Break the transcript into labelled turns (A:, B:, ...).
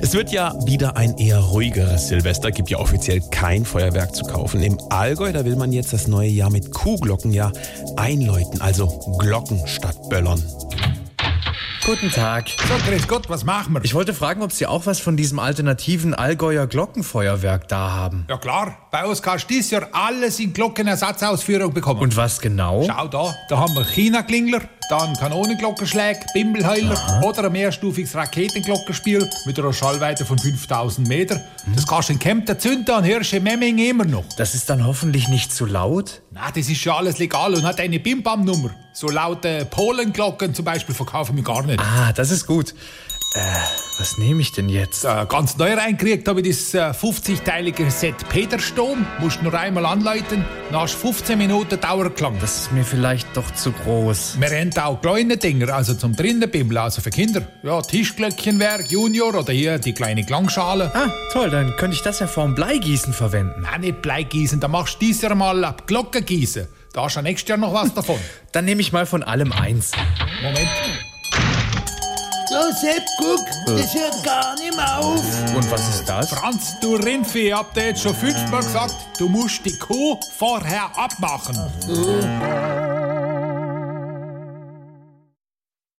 A: Es wird ja wieder ein eher ruhigeres Silvester, gibt ja offiziell kein Feuerwerk zu kaufen. Im Allgäu, da will man jetzt das neue Jahr mit Kuhglocken ja einläuten, also Glocken statt Böllern.
B: Guten Tag.
C: So, grüß Gott, was machen wir?
B: Ich wollte fragen, ob Sie auch was von diesem alternativen Allgäuer Glockenfeuerwerk da haben.
C: ja klar, bei uns kannst du dieses Jahr alles in Glockenersatzausführung bekommen.
B: Und was genau?
C: Schau da, da haben wir China-Klingler, dann Kanonenglockenschläge, Bimbelheuler oder ein mehrstufiges Raketenglockenspiel mit einer Schallweite von 5000 Meter. Das kannst du in Kempten zünden und hörst in Memming immer noch.
B: Das ist dann hoffentlich nicht zu laut?
C: Na, das ist schon alles legal und hat eine Bim-Bam-Nummer. So laute Polenglocken zum Beispiel verkaufen wir gar nicht.
B: Ah, das ist gut. Äh, was nehme ich denn jetzt?
C: Äh, ganz neu reinkriegt habe ich das äh, 50-teilige Set Peterstom. Musst nur einmal anläuten, dann hast du 15 Minuten Dauerklang.
B: Das ist mir vielleicht doch zu groß.
C: Wir haben auch kleine Dinger, also zum Drinnenbimmeln, also für Kinder. Ja, Tischglöckchenwerk, Junior oder hier die kleine Klangschale.
B: Ah, toll, dann könnte ich das ja vorm Bleigießen verwenden.
C: Nein, nicht Bleigießen, da machst du dieses Jahr mal ab Glockengießen. Da hast du nächstes Jahr noch was davon.
B: Dann nehme ich mal von allem eins.
C: Moment.
D: So, Sepp, guck, das hört gar nicht mehr auf.
B: Und was ist das?
C: Franz, du Rindvieh, ich hab dir jetzt schon fünfmal gesagt, du musst die Kuh vorher abmachen.